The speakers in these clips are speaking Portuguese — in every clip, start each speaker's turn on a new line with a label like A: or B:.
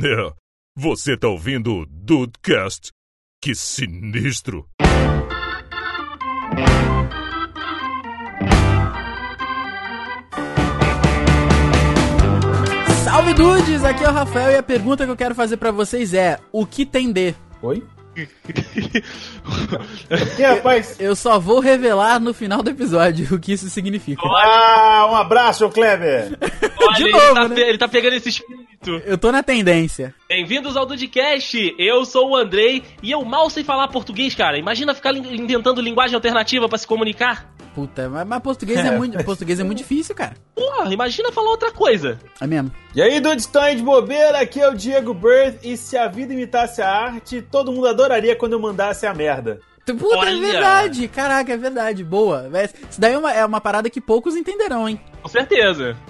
A: É, você tá ouvindo o Dudecast? Que sinistro!
B: Salve dudes, aqui é o Rafael e a pergunta que eu quero fazer pra vocês é: o que tem D?
C: Oi?
D: E rapaz?
B: Eu só vou revelar no final do episódio o que isso significa.
D: Ah, um abraço, Kleber!
E: Olha,
B: De
E: ele,
B: novo,
E: tá
B: né?
E: pe- ele tá pegando esse espírito.
B: Eu tô na tendência.
E: Bem-vindos ao Dudcast. Eu sou o Andrei e eu mal sei falar português, cara. Imagina ficar lin- inventando linguagem alternativa pra se comunicar.
B: Puta, mas, mas português é, muito, português é muito difícil, cara.
E: Porra, imagina falar outra coisa.
B: É mesmo.
D: E aí, dudes, estão aí de bobeira? Aqui é o Diego Birth e se a vida imitasse a arte, todo mundo adoraria quando eu mandasse a merda.
B: Puta, é
E: Olha!
B: verdade. Caraca, é verdade. Boa. Vé, Isso daí é uma, é uma parada que poucos entenderão, hein?
E: Com certeza.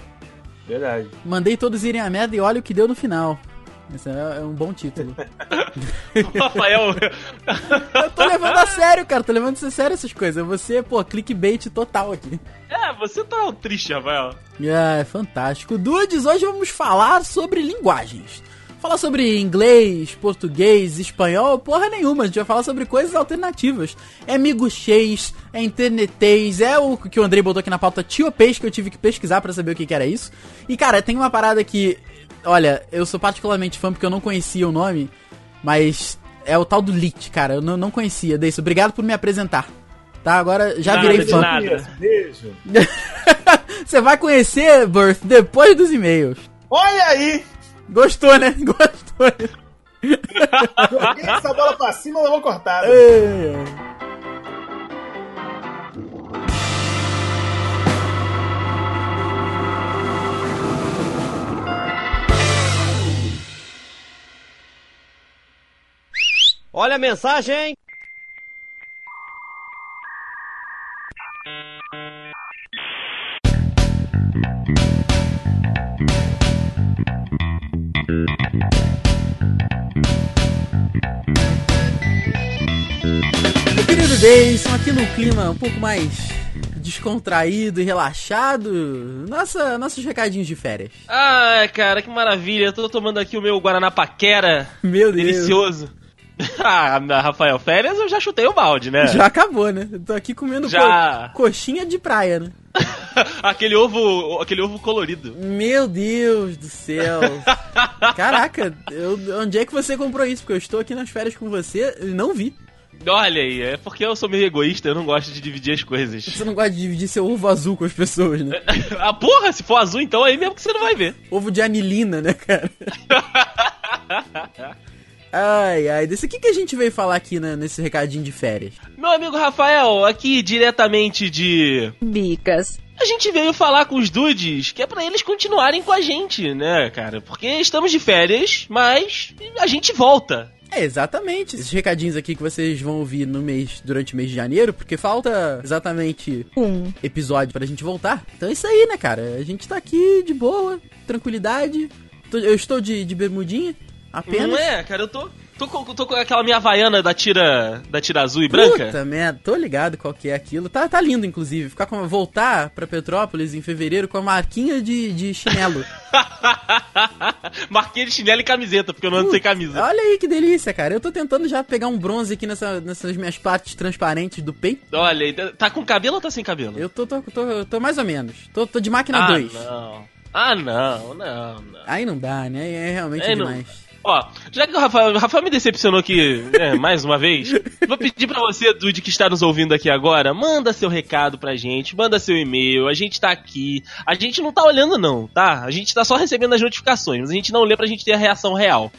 D: Verdade.
B: Mandei todos irem à merda e olha o que deu no final. Esse é é um bom título.
E: O Rafael.
B: Eu tô levando a sério, cara. Tô levando isso a sério essas coisas. Você, pô, clickbait total aqui.
E: é, você tá triste, Rafael.
B: Ah, é fantástico. Dudes, hoje vamos falar sobre linguagens. Falar sobre inglês, português, espanhol, porra nenhuma. A gente vai falar sobre coisas alternativas. É miguxês, é internetês, é o que o Andrei botou aqui na pauta tiopês, que eu tive que pesquisar pra saber o que, que era isso. E, cara, tem uma parada que... Olha, eu sou particularmente fã porque eu não conhecia o nome, mas é o tal do Lit, cara. Eu não, não conhecia, Deis. Obrigado por me apresentar. Tá, agora já
E: Nada,
B: virei
E: é de
B: fã.
E: nada.
D: Isso, Beijo.
B: Você vai conhecer, Birth, depois dos e-mails.
D: Olha aí!
B: Gostou, né? Gostou.
D: Joguei essa bola pra cima, eu vou cortar.
F: Olha a mensagem!
B: Meu querido Day, estão aqui num clima um pouco mais descontraído e relaxado. Nossa, nossos recadinhos de férias.
E: Ah, cara, que maravilha. Eu tô tomando aqui o meu Guaraná Paquera.
B: Meu Deus.
E: Delicioso. ah, Rafael, férias eu já chutei o balde, né?
B: Já acabou, né? Eu Tô aqui comendo
E: Já.
B: co- coxinha de praia, né?
E: aquele ovo, aquele ovo colorido.
B: Meu Deus do céu. Caraca, eu- onde é que você comprou isso? Porque eu estou aqui nas férias com você e não vi.
E: Olha aí, é porque eu sou meio egoísta, eu não gosto de dividir as coisas.
B: Você não gosta de dividir seu ovo azul com as pessoas, né?
E: Ah, porra, se for azul, então aí mesmo que você não vai ver.
B: Ovo de anilina, né, cara? ai, ai. Desse que que a gente veio falar aqui né, nesse recadinho de férias?
E: Meu amigo Rafael, aqui diretamente de.
G: Bicas.
E: A gente veio falar com os dudes que é pra eles continuarem com a gente, né, cara? Porque estamos de férias, mas a gente volta.
B: É, exatamente. Esses recadinhos aqui que vocês vão ouvir no mês, durante o mês de janeiro, porque falta exatamente
G: Um.
B: episódio pra gente voltar. Então é isso aí, né, cara? A gente tá aqui de boa, tranquilidade. Tô- Eu estou de, de bermudinha,
E: Não
B: apenas.
E: é, cara? Eu tô. Tô com, tô com aquela minha havaiana da tira. da tira azul e branca.
B: Puta merda, tô ligado qual que é aquilo. Tá, tá lindo, inclusive. Ficar com, voltar pra Petrópolis em fevereiro com a marquinha de, de chinelo.
E: Marquei de chinelo e camiseta, porque eu não ando sem camisa.
B: Olha aí que delícia, cara. Eu tô tentando já pegar um bronze aqui nessa- nessas minhas partes transparentes do peito.
E: Olha, aí, tá com cabelo ou tá sem cabelo?
B: Eu tô, tô, tô, tô mais ou menos. Tô, tô de máquina
E: ah,
B: 2.
E: não. Ah, não, não, não.
B: Aí não dá, né? Aí É realmente
E: Aí não-
B: demais.
E: Ó, já que o Rafael, o Rafael me decepcionou aqui né, mais uma vez, vou pedir pra você, Dude, que está nos ouvindo aqui agora, manda seu recado pra gente, manda seu e-mail, a gente tá aqui. A gente não tá olhando, não, tá? A gente tá só recebendo as notificações, mas a gente não lê pra gente ter a reação real.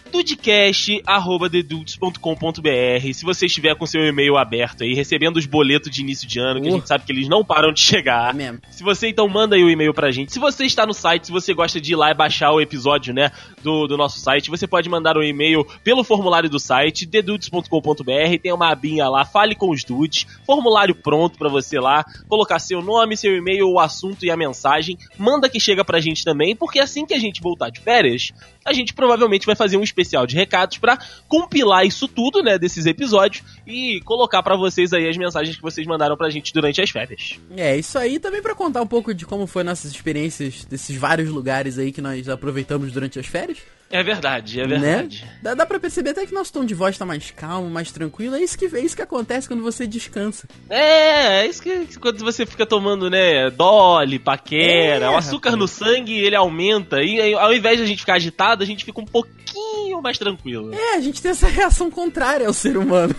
E: Dudecast.com.br Se você estiver com seu e-mail aberto aí, recebendo os boletos de início de ano, que a
B: Uh.
E: gente sabe que eles não param de chegar.
B: É Mesmo.
E: Se você então manda aí o e-mail pra gente. Se você está no site, se você gosta de ir lá e baixar o episódio, né, do, do nosso site, você pode mandar um e-mail pelo formulário do site, dedudes.com.br, tem uma abinha lá, fale com os dudes, formulário pronto pra você lá, colocar seu nome, seu e-mail, o assunto e a mensagem, manda que chega pra gente também, porque assim que a gente voltar de férias, a gente provavelmente vai fazer um especial de recados pra compilar isso tudo, né, desses episódios e colocar pra vocês aí as mensagens que vocês mandaram pra gente durante as férias.
B: É, isso aí também pra contar um pouco de como foi nossas experiências desses vários lugares aí que nós aproveitamos durante as férias.
E: É verdade, é
B: né?
E: verdade.
B: Dá, dá pra perceber até que nosso tom de voz tá mais calmo, mais tranquilo. É isso que, é isso que acontece quando você descansa.
E: É, é isso que que quando você fica tomando, né, dole, paquera,
B: É,
E: o açúcar no sangue, ele aumenta. E aí, ao invés de a gente ficar agitado, a gente fica um pouquinho mais tranquilo.
B: É, a gente tem essa reação contrária ao ser humano.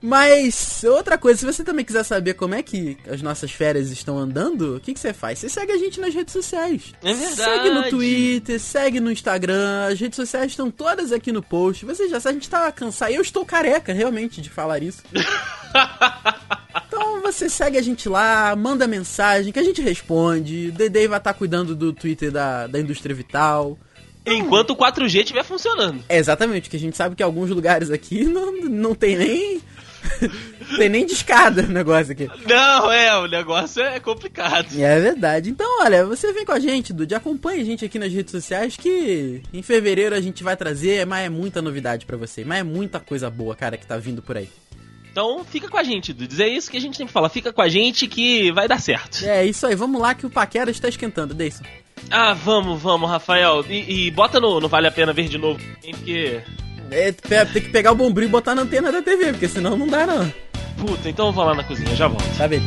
B: Mas outra coisa, se você também quiser saber como é que as nossas férias estão andando, o que, que você faz? Você segue a gente nas redes sociais.
E: É verdade.
B: Segue no Twitter, segue no Instagram, as redes sociais estão todas aqui no post. Você já sabe, a gente tá cansado. Eu estou careca, realmente, de falar isso. Então você segue a gente lá, manda mensagem que a gente responde. O Dedei vai estar cuidando do Twitter da, da Indústria Vital.
E: Enquanto o 4G estiver funcionando.
B: É exatamente, que a gente sabe que alguns lugares aqui não, não tem nem. tem nem descada o negócio aqui.
E: Não, é, o negócio é complicado.
B: E É verdade. Então, olha, você vem com a gente, Dude. Acompanha a gente aqui nas redes sociais que em fevereiro a gente vai trazer, mas é muita novidade pra você. Mas é muita coisa boa, cara, que tá vindo por aí.
E: Então fica com a gente, Dudes. É isso que a gente sempre fala. Fica com a gente que vai dar certo.
B: É isso aí, vamos lá que o Paquera está esquentando, Deison.
E: Ah, vamos, vamos, Rafael. E, e bota no, no Vale a Pena Ver de novo, hein, porque...
B: É, pe- tem que pegar o bombril e botar na antena da TV, porque senão não dá não.
E: Puta, então eu vou lá na cozinha, já volto.
B: Tá vendo?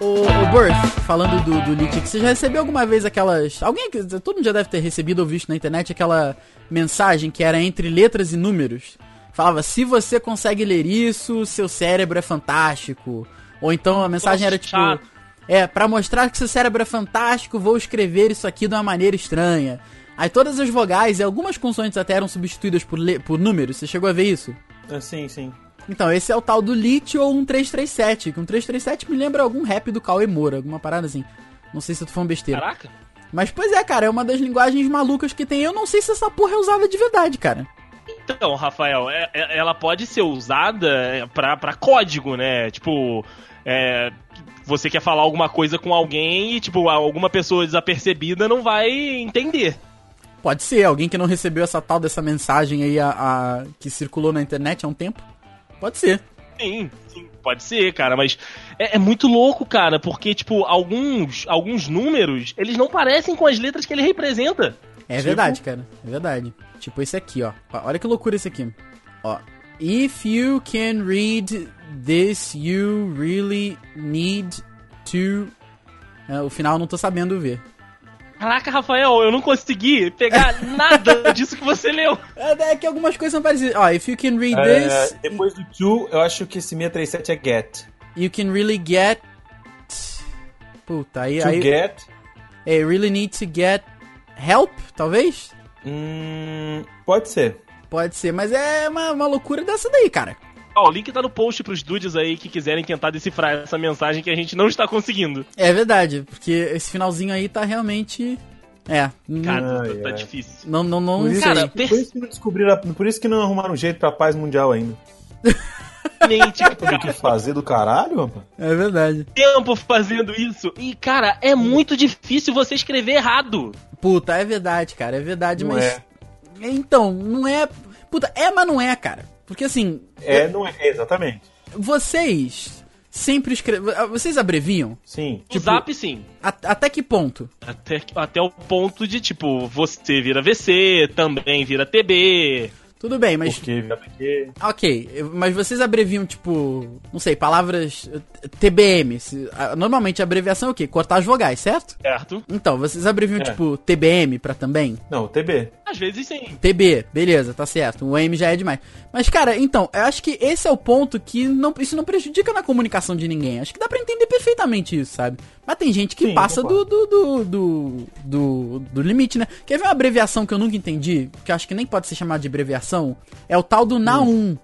B: Ô, ô, Birth, Falando do, do Lich, você já recebeu alguma vez aquelas. Alguém que. Todo mundo já deve ter recebido ou visto na internet aquela mensagem que era entre letras e números. Falava, se você consegue ler isso, seu cérebro é fantástico. Ou então a mensagem era tipo.
E: chato.
B: É, pra mostrar que seu cérebro é fantástico, vou escrever isso aqui de uma maneira estranha. Aí todas as vogais e algumas consoantes até eram substituídas por, le- por números. Você chegou a ver isso?
D: Ah, Sim, sim.
B: Então, esse é o tal do Lit ou um 337, que um 337 me lembra algum rap do Cauê Moura, alguma parada assim. Não sei se eu tô falando besteira.
E: Caraca.
B: Mas, pois é, cara, é uma das linguagens malucas que tem. Eu não sei se essa porra é usada de verdade, cara.
E: Então, Rafael, é- é- ela pode ser usada é, pra, pra código, né? Tipo, é, você quer falar alguma coisa com alguém e, tipo, alguma pessoa desapercebida não vai entender.
B: Pode ser, alguém que não recebeu essa tal dessa mensagem aí a, a- que circulou na internet há um tempo. Pode ser.
E: Sim, sim, pode ser, cara, mas é, é muito louco, cara, porque, tipo, alguns, alguns números, eles não parecem com as letras que ele representa.
B: É
E: Tipo?
B: verdade, cara. É verdade. Tipo esse aqui, ó. Ó, Olha que loucura esse aqui. Ó. If you can read this, you really need to. É, o final eu não tô sabendo ver.
E: Caraca, Rafael, eu não consegui pegar nada disso que você leu.
B: É, é que algumas coisas são parecidas. Ó, if you can read
D: É,
B: this,
D: depois do two, eu acho que esse 637 é get.
B: you can really get. Puta, aí.
D: To
B: aí
D: get.
B: É, really need to get help, talvez?
D: Hum, pode ser.
B: Pode ser, mas é uma, uma loucura dessa daí, cara.
E: Ó, o link tá no post pros dudes aí que quiserem tentar decifrar essa mensagem que a gente não está conseguindo.
B: É verdade, porque esse finalzinho aí tá realmente. É. n-
E: Cara,
D: Ai,
E: tá- tá
D: ai.
E: difícil.
B: Não, não, não.
D: Por isso,
E: Cara,
D: por isso que não descobriram, a- por isso que não arrumaram um jeito pra paz mundial ainda.
E: Permanente,
D: Tem o que fazer do caralho, rapaz?
B: É verdade.
E: tempo fazendo isso. E, cara, é muito difícil você escrever errado.
B: Puta, é verdade, cara, é verdade,
D: Não
B: mas.
D: é.
B: Então, não é. Puta, é, mas não é, cara. Porque assim,
D: É, não é, é, exatamente.
B: vocês sempre escrevem. Vocês abreviam?
D: Sim. Tipo,
E: O Zap, sim.
B: A- até que ponto?
E: Até, até o ponto de, tipo, você vira VC, também vira TB.
B: Tudo bem, mas.
D: Porque, porque
B: Ok, eu- mas vocês abreviam, tipo, não sei, palavras. eh, TBM. se- ah, Normalmente a abreviação é o quê? Cortar as vogais, certo?
E: Certo?
B: Então, vocês abreviam,
D: É.
B: tipo, TBM pra também?
D: não, o TB.
E: Às vezes sim. Ah,
B: TB, beleza, tá certo. O M já é demais. Mas, cara, então, eu acho que esse é o ponto que não, isso não prejudica na comunicação de ninguém. Acho que dá pra entender perfeitamente isso, sabe? Mas tem gente que
D: Sim,
B: passa do do,
D: concordo.
B: do, do, do- do limite, né? Quer ver uma abreviação que eu nunca entendi? Que eu acho que nem pode ser chamada de abreviação? É o tal
D: Hum.
B: do NA1.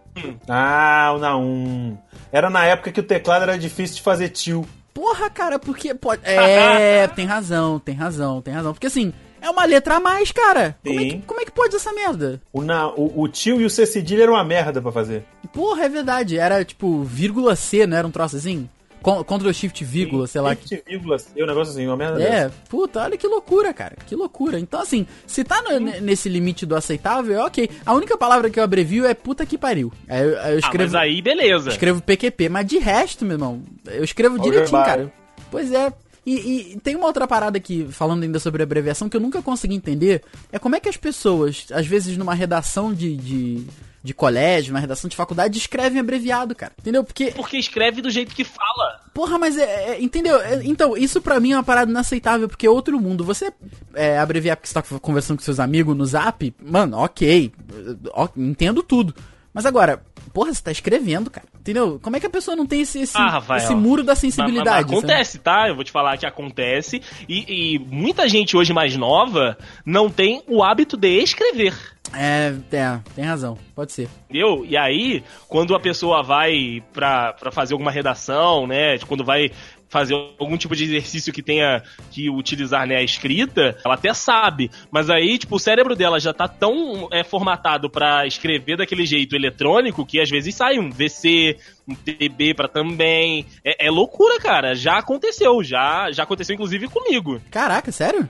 D: Ah, o Naum. Era na época que o teclado era difícil de fazer tio.
B: Porra, cara, porque pode. É, tem razão, tem razão, tem razão. Porque assim, é uma letra a mais, cara. Como é, que,
D: Sim.
B: como é que pode essa merda?
D: O, na, o, o tio e o C cedilha era uma merda pra fazer.
B: Porra, é verdade. Era tipo, vírgula C, não era um troço assim? Con- Ctrl Shift vírgula, sei lá.
D: Shift vírgula, e o negócio assim, uma merda
B: É,
D: dessa.
B: puta, olha que loucura, cara. Que loucura. Então, assim, se tá no- ne- nesse limite do aceitável, é ok. A única palavra que eu abrevio é puta que pariu. Aí eu, aí eu
E: Ah, mas
B: escrevo,
E: aí beleza.
B: escrevo PQP, mas de resto, meu irmão, eu escrevo
D: Olha
B: direitinho,
D: o
B: cara.
D: trabalho.
B: Pois é. E, e tem uma outra parada aqui, falando ainda sobre abreviação, que eu nunca consegui entender, é como é que as pessoas, às vezes numa redação de, de, de colégio, numa redação de faculdade, escrevem abreviado, cara. Entendeu? Porque
E: Porque escreve do jeito que fala.
B: Porra, mas é, é- entendeu? É, então, isso pra mim é uma parada inaceitável, porque é outro mundo. Você é, abreviar porque você tá conversando com seus amigos no zap, mano, ok. ó, entendo tudo. Mas agora, porra, você tá escrevendo, cara. Entendeu? Como é que a pessoa não tem esse, esse,
E: Ah, Rafael.
B: esse muro da
E: Mas- mas- mas
B: sensibilidade? sabe?
E: acontece, tá? Eu vou te falar que acontece. E, e muita gente hoje mais nova não tem o hábito de escrever.
B: É, é, tem razão. Pode ser.
E: Entendeu? E aí, quando a pessoa vai pra, pra fazer alguma redação, né? de Quando vai fazer algum tipo de exercício que tenha que utilizar né, a escrita, ela até sabe. Mas aí, tipo, o cérebro dela já tá tão é, formatado pra escrever daquele jeito eletrônico que às vezes sai um VC, um TB pra também. É, é loucura, cara. Já aconteceu, já, já aconteceu inclusive comigo.
B: Caraca, sério?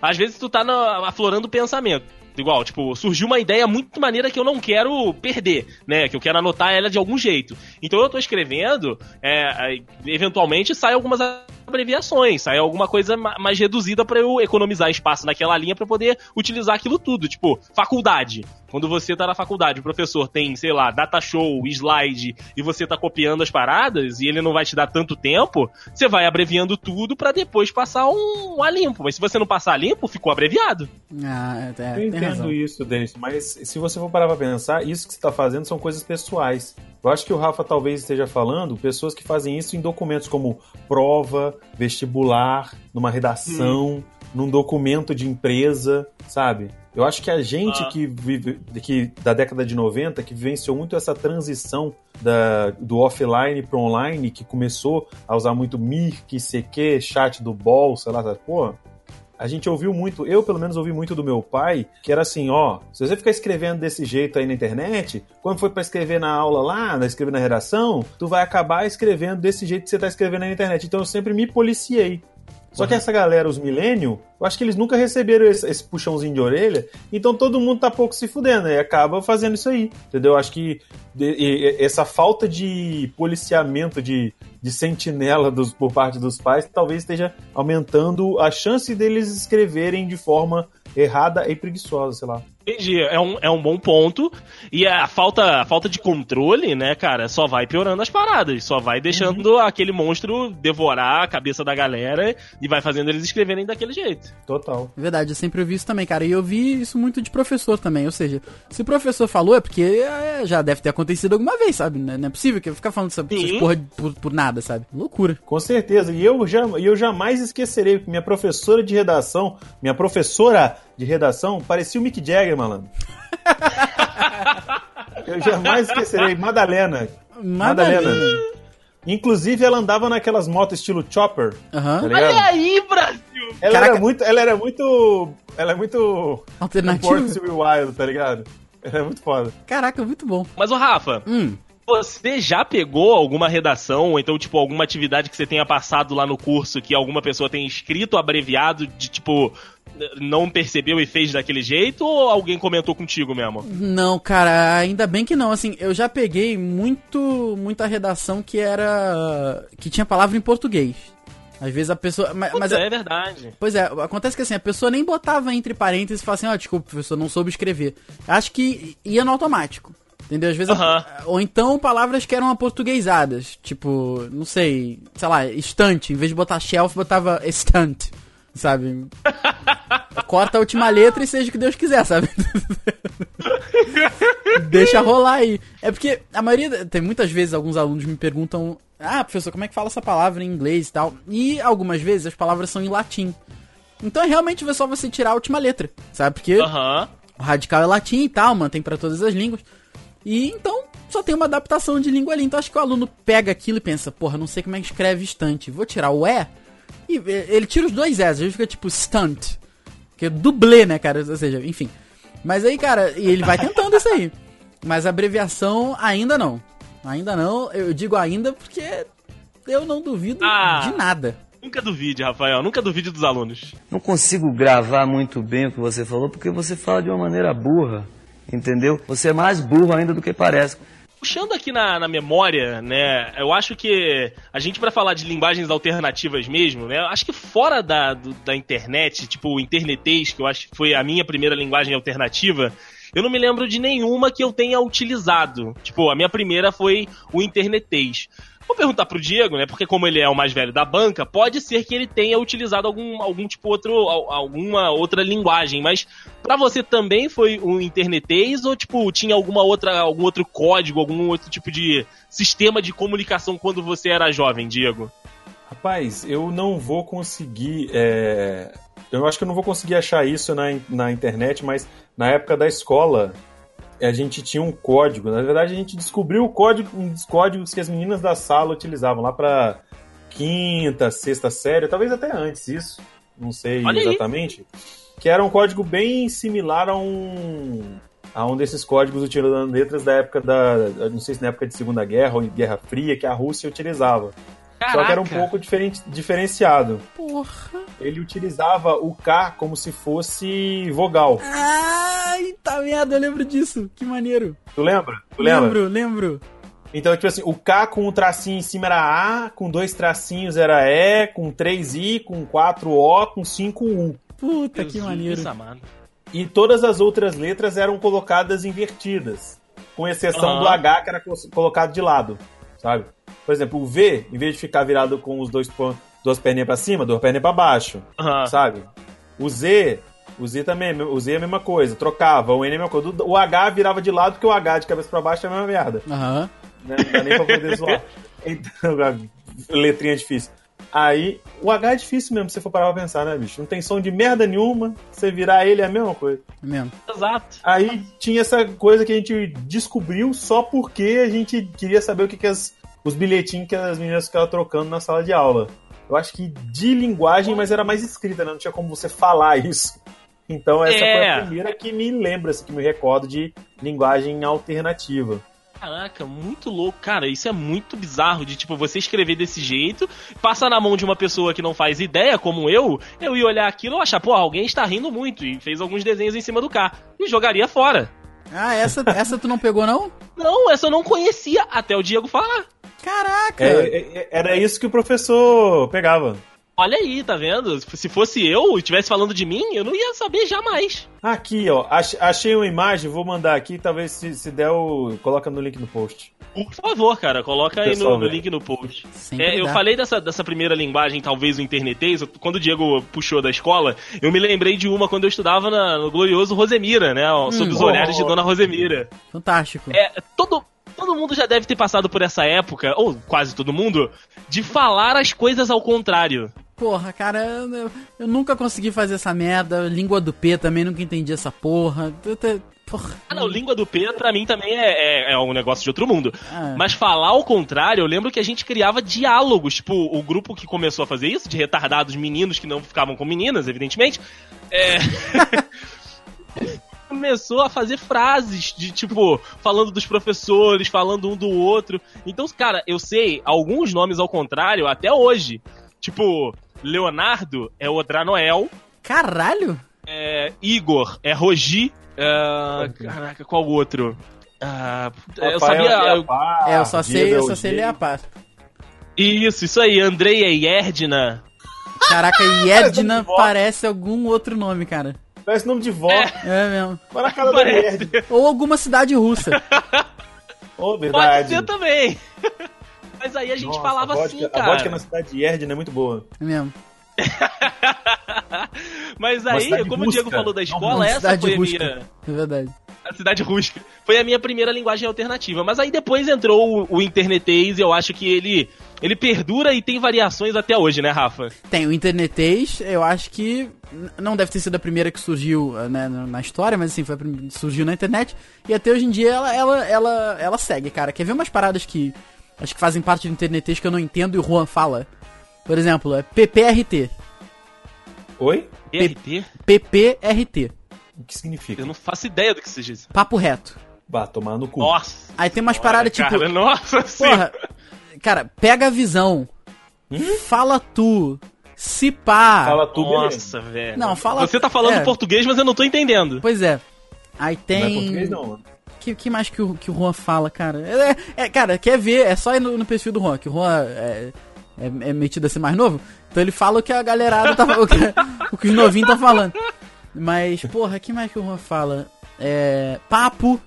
E: Às vezes tu tá na- aflorando o pensamento. Igual, tipo, surgiu uma ideia muito maneira que eu não quero perder, né? Que eu quero anotar ela de algum jeito. Então eu tô escrevendo, é, aí, eventualmente sai algumas abreviações, sai alguma coisa ma- mais reduzida pra eu economizar espaço naquela linha pra poder utilizar aquilo tudo. Tipo, faculdade. Quando você tá na faculdade, o professor tem, sei lá, data show, slide, e você tá copiando as paradas, e ele não vai te dar tanto tempo, você vai abreviando tudo pra depois passar um a limpo. Mas se você não passar a limpo, ficou abreviado.
B: Ah, é,
D: Eu
B: tem
D: entendo
B: razão.
D: isso, Denis, mas se você for parar pra pensar, isso que você tá fazendo são coisas pessoais. Eu acho que o Rafa talvez esteja falando pessoas que fazem isso em documentos como prova, vestibular, numa redação, num documento de empresa, sabe? Eu acho que a gente
E: Ah.
D: que vive que, da década de 90, que vivenciou muito essa transição da, do offline pro online, que começou a usar muito Mirk, CQ, chat do Bol, sei lá, sabe? Pô, a gente ouviu muito, eu pelo menos ouvi muito do meu pai, que era assim, ó, se você ficar escrevendo desse jeito aí na internet, quando for pra escrever na aula lá, na escrever na redação, tu vai acabar escrevendo desse jeito que você tá escrevendo aí na internet. Então eu sempre me policiei. Só que essa galera, os milênio, eu acho que eles nunca receberam esse, esse puxãozinho de orelha, então todo mundo tá pouco se fudendo e acaba fazendo isso aí, entendeu? Eu Acho que de- e- e- essa falta de policiamento, de, de sentinela dos- por parte dos pais, talvez esteja aumentando a chance deles escreverem de forma errada e preguiçosa, sei lá.
E: Entendi, é um, é um bom ponto. E a falta, a falta de controle, né, cara, só vai piorando as paradas. Só vai deixando aquele monstro devorar a cabeça da galera e vai fazendo eles escreverem daquele jeito.
D: Total.
B: É Verdade, eu sempre ouvi isso também, cara. E eu vi isso muito de professor também. Ou seja, se o professor falou, é porque é, já deve ter acontecido alguma vez, sabe? Não é, não é possível que eu ficar falando essas essas
E: Sim.
B: porra de- por, por nada, sabe? Loucura.
D: Com certeza. E eu, já, e eu jamais esquecerei, porque minha professora de redação, minha professora de redação, parecia o Mick Jagger, malandro. eu jamais esquecerei. Madalena. Madalena. Inclusive, ela andava naquelas motos estilo chopper,
B: Aham.
D: tá
E: Olha
D: ligado?
E: aí, Brasil!
D: Ela
B: Caraca.
D: era muito. Ela era muito. Ela é muito. Born
B: Alternativa.
D: to be Wild, tá ligado? Ela é muito foda.
B: Caraca, muito bom.
E: Mas, o Rafa,
B: Hum.
E: Você já pegou alguma redação, ou então, tipo, alguma atividade que você tenha passado lá no curso que alguma pessoa tenha escrito abreviado de, tipo, não percebeu e fez daquele jeito, ou alguém comentou contigo mesmo?
B: Não, cara, ainda bem que não. Assim, eu já peguei muito, muita redação que era. que tinha palavra em português. Às vezes a pessoa. ma-
E: Mas
B: mas
E: é, verdade.
B: Pois é, acontece que assim, a pessoa nem botava entre parênteses e falava assim, ó, desculpa, professor, não soube escrever. Acho que ia no automático. Entendeu? Às vezes.
E: Aham.
B: Ou então palavras que eram aportuguesadas. Tipo, não sei, sei lá, estante. Em vez de botar shelf, botava estante. Sabe? Corta a última letra e seja o que Deus quiser, sabe? Deixa rolar aí. É porque a maioria. da- Tem muitas vezes alguns alunos me perguntam: Ah, professor, como é que fala essa palavra em inglês e tal? E algumas vezes as palavras são em latim. Então é realmente só você tirar a última letra, sabe? Porque
E: Aham.
B: o radical é latim e tal, mantém pra todas as línguas. E então só tem uma adaptação de língua ali. Então acho que o aluno pega aquilo e pensa, porra, não sei como é que escreve estante. Vou tirar o E. E eh, ele tira os dois S, ele fica tipo stunt. Que é dublê, né, cara? Ou seja, enfim. Mas aí, cara, e ele vai tentando isso aí. Mas a abreviação ainda não. Ainda não, eu digo ainda porque eu não duvido
E: Ah.
B: de nada.
E: Nunca duvide, Rafael, nunca duvide dos alunos.
C: Não consigo gravar muito bem o que você falou porque você fala de uma maneira burra, entendeu? Você é mais burro ainda do que parece.
E: Puxando aqui na, na memória, né? Eu acho que a gente, pra falar de linguagens alternativas mesmo, né? eu Acho que fora da, do- da internet, tipo o internetês, que eu acho que foi a minha primeira linguagem alternativa, eu não me lembro de nenhuma que eu tenha utilizado. Tipo, a minha primeira foi o internetês. Vou perguntar pro Diego, né? Porque como ele é o mais velho da banca, pode ser que ele tenha utilizado algum, algum tipo outro, al- alguma outra linguagem. Mas pra você também foi um internetês ou tipo tinha alguma outra, algum outro código, algum outro tipo de sistema de comunicação quando você era jovem, Diego?
D: Rapaz, eu não vou conseguir. é, Eu acho que eu não vou conseguir achar isso na, na internet, mas na época da escola a gente tinha um código. Na verdade, a gente descobriu o código, uns códigos que as meninas da sala utilizavam lá pra quinta, sexta série, talvez até antes isso, não sei
E: Olha aí.
D: exatamente. Que era um código bem similar a um a um desses códigos utilizando letras da época da, eu não sei se na época de Segunda Guerra ou em Guerra Fria que a Rússia utilizava. Só que era um pouco diferen- diferenciado.
B: Porra.
D: Ele utilizava o K como se fosse vogal.
B: Ai, tá merda, eu lembro disso. Que maneiro.
D: Tu lembra? Tu lembra?
B: Lembro, lembro.
D: Então, tipo assim, o K com um tracinho em cima era A, com dois tracinhos era E, com três I, com quatro O, com cinco U.
B: Puta
E: Deus
B: que
E: me
B: maneiro.
E: amado.
D: E todas as outras letras eram colocadas invertidas. Com exceção
E: Aham.
D: do H, que era col- colocado de lado, sabe? Por exemplo, o V, em vez de ficar virado com os dois pon- duas perninhas pra cima, duas perninhas pra baixo.
E: Aham.
D: sabe? O Z, o Z também, o Z é a mesma coisa, trocava, o N é a mesma coisa. O H virava de lado, porque o H de cabeça pra baixo é a mesma merda.
B: Aham.
D: Né? Não dá nem pra poder zoar. Então, a letrinha é difícil. Aí, o H é difícil mesmo, se você for parar pra pensar, né, bicho? Não tem som de merda nenhuma, você virar ele é a mesma coisa.
B: é mesmo.
E: Exato.
D: Aí tinha essa coisa que a gente descobriu só porque a gente queria saber o que, que as- os bilhetinhos que as meninas ficavam trocando na sala de aula. Eu acho que de linguagem, mas era mais escrita, né? Não tinha como você falar isso. Então essa foi
E: É.
D: a primeira que me lembra, assim, que me recordo de linguagem alternativa.
E: Caraca, muito louco. Cara, isso é muito bizarro de tipo você escrever desse jeito, passar na mão de uma pessoa que não faz ideia, como eu, eu ia olhar aquilo e achar, pô, alguém está rindo muito e fez alguns desenhos em cima do carro e jogaria fora.
B: Ah, essa, essa tu não pegou, não?
E: Não, essa eu não conhecia até o Diego falar.
B: Caraca!
D: É, é, é, era isso que o professor pegava.
E: Olha aí, tá vendo? Se fosse eu e estivesse falando de mim, eu não ia saber jamais.
D: Aqui, ó, ach- achei uma imagem, vou mandar aqui, talvez se, se der, o, coloca no link no post.
E: Por favor, cara, coloca aí no,
D: Pessoal,
E: no
D: velho.
E: link no post.
B: Sempre
E: É, eu
B: dá.
E: falei dessa, dessa primeira linguagem, talvez o internetês, eu- quando o Diego puxou da escola, eu me lembrei de uma quando eu estudava na- no glorioso Rosemira, né? ó, Sob os
D: Oh.
E: olhares de Dona Rosemira.
B: Fantástico.
E: É, todo, todo mundo já deve ter passado por essa época, ou quase todo mundo, de falar as coisas ao contrário.
B: Porra, cara, eu, eu nunca consegui fazer essa merda. Língua do P também, nunca entendi essa porra. Eu te- Porra.
E: Ah, não, língua do P pra mim também é, é, é um negócio de outro mundo.
B: Ah.
E: Mas falar ao contrário, eu lembro que a gente criava diálogos. Tipo, o grupo que começou a fazer isso, de retardados meninos que não ficavam com meninas, evidentemente, é. começou a fazer frases de tipo, falando dos professores, falando um do outro. Então, cara, eu sei alguns nomes ao contrário até hoje. Tipo, Leonardo é Odranoel.
B: Caralho!
E: É, Igor, é Rogi. é, caraca, qual outro? Ah, eu
D: Rafael
E: sabia. eu-
D: Leopar,
B: é, eu só sei,
D: Diego
B: eu só sei
D: Eugênio.
B: ler a pá.
E: isso, isso aí, Andrei e Erdna.
B: Caraca, Yedna
D: Parece um
B: parece algum outro nome, cara.
D: Parece nome de vó.
B: É mesmo.
D: Para a cara do
E: Parece.
D: nerd.
B: Ou alguma cidade russa.
D: Ô,
E: Pode
D: verdade.
E: ser também. Mas aí a gente
D: Nossa,
E: falava
D: a vodka-
E: assim,
D: A vodka
E: cara.
D: na cidade de Erdna é muito boa.
B: É mesmo.
E: Mas
D: Uma
E: aí,
D: cidade
E: como o
D: rusca.
E: Diego falou da
D: Não,
E: escola,
B: uma
E: essa
B: cidade
E: foi a
B: rusca.
E: minha.
B: É verdade.
E: A cidade rusca. Foi a minha primeira linguagem alternativa. Mas aí depois entrou o, o internetês e eu acho que ele. Ele perdura e tem variações até hoje, né, Rafa?
B: Tem o Internetês, eu acho que n- não deve ter sido a primeira que surgiu eh, né, na na história, mas assim, foi a prim- surgiu na internet. E até hoje em dia ela, ela, ela, ela segue, cara. Quer ver umas paradas que acho que fazem parte do Internetês que eu não entendo e o Juan fala? Por exemplo, é PPRT.
D: Oi?
E: PRT?
B: PPRT.
D: O que significa?
E: Eu não faço ideia do que seja isso.
B: Papo reto.
D: Vá tomar no cu.
E: Nossa!
B: Aí tem umas paradas
E: Cara,
B: tipo.
E: Nossa, sim.
B: Porra, cara, pega a visão. Fala tu. Se pá.
D: Hum? Fala tu, beleza.
E: Nossa, velho.
B: Não, fala-
E: Você tá falando
B: é.
E: português, mas eu não tô entendendo.
B: Pois é. Aí tem.
D: Não é português, não, mano.
B: que, que mais que o, que o Juan fala, cara? É, é, cara, quer ver, é só ir no, no perfil do Juan, que o Juan é, é, é metido a ser mais novo. Então ele fala o que a galerada tá o que, o que os novinhos tá falando. Mas, porra, que mais que o Juan fala? É. Papo.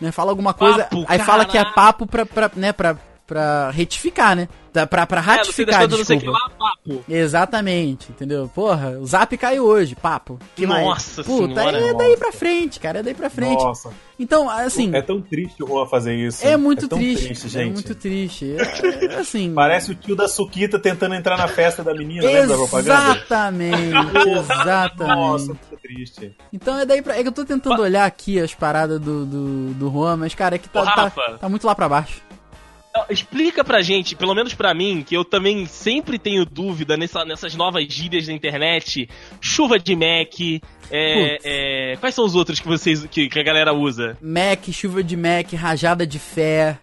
B: Né, fala alguma coisa.
E: Papo,
B: aí fala que é
E: caralho.
B: papo pra, pra, né, pra, pra retificar, né? Da- Pra, pra
E: É, não sei das
B: ratificar,
E: coisas, não sei o que
B: desculpa.
E: lá, papo.
B: Exatamente, entendeu? Porra, o zap caiu hoje, papo. Que mais?
E: Nossa
B: Puta,
E: senhora.
B: é daí pra frente, cara, é daí pra frente.
D: Nossa,
B: Então, assim.
D: é tão triste o Juan fazer isso.
B: É muito
D: tão
B: triste,
D: gente.
B: É muito triste. É, é, assim.
D: Parece o tio da Suquita tentando entrar na festa da menina, lembra da propaganda?
B: Exatamente, exatamente.
D: Nossa, muito triste.
B: Então é daí pra. É que eu tô tentando olhar aqui as paradas do, do, do Juan, mas, cara, é que
E: Ô,
B: tá, tá,
E: Rafa.
B: tá muito lá pra baixo. é-
E: Então, Explica pra gente, pelo menos pra mim, que eu também sempre tenho dúvida nessa- nessas novas gírias da internet. Chuva de Mac. é,
B: Putz.
E: é, quais são os outros que vocês que, que a galera usa?
B: Mac, chuva de Mac, rajada de fé.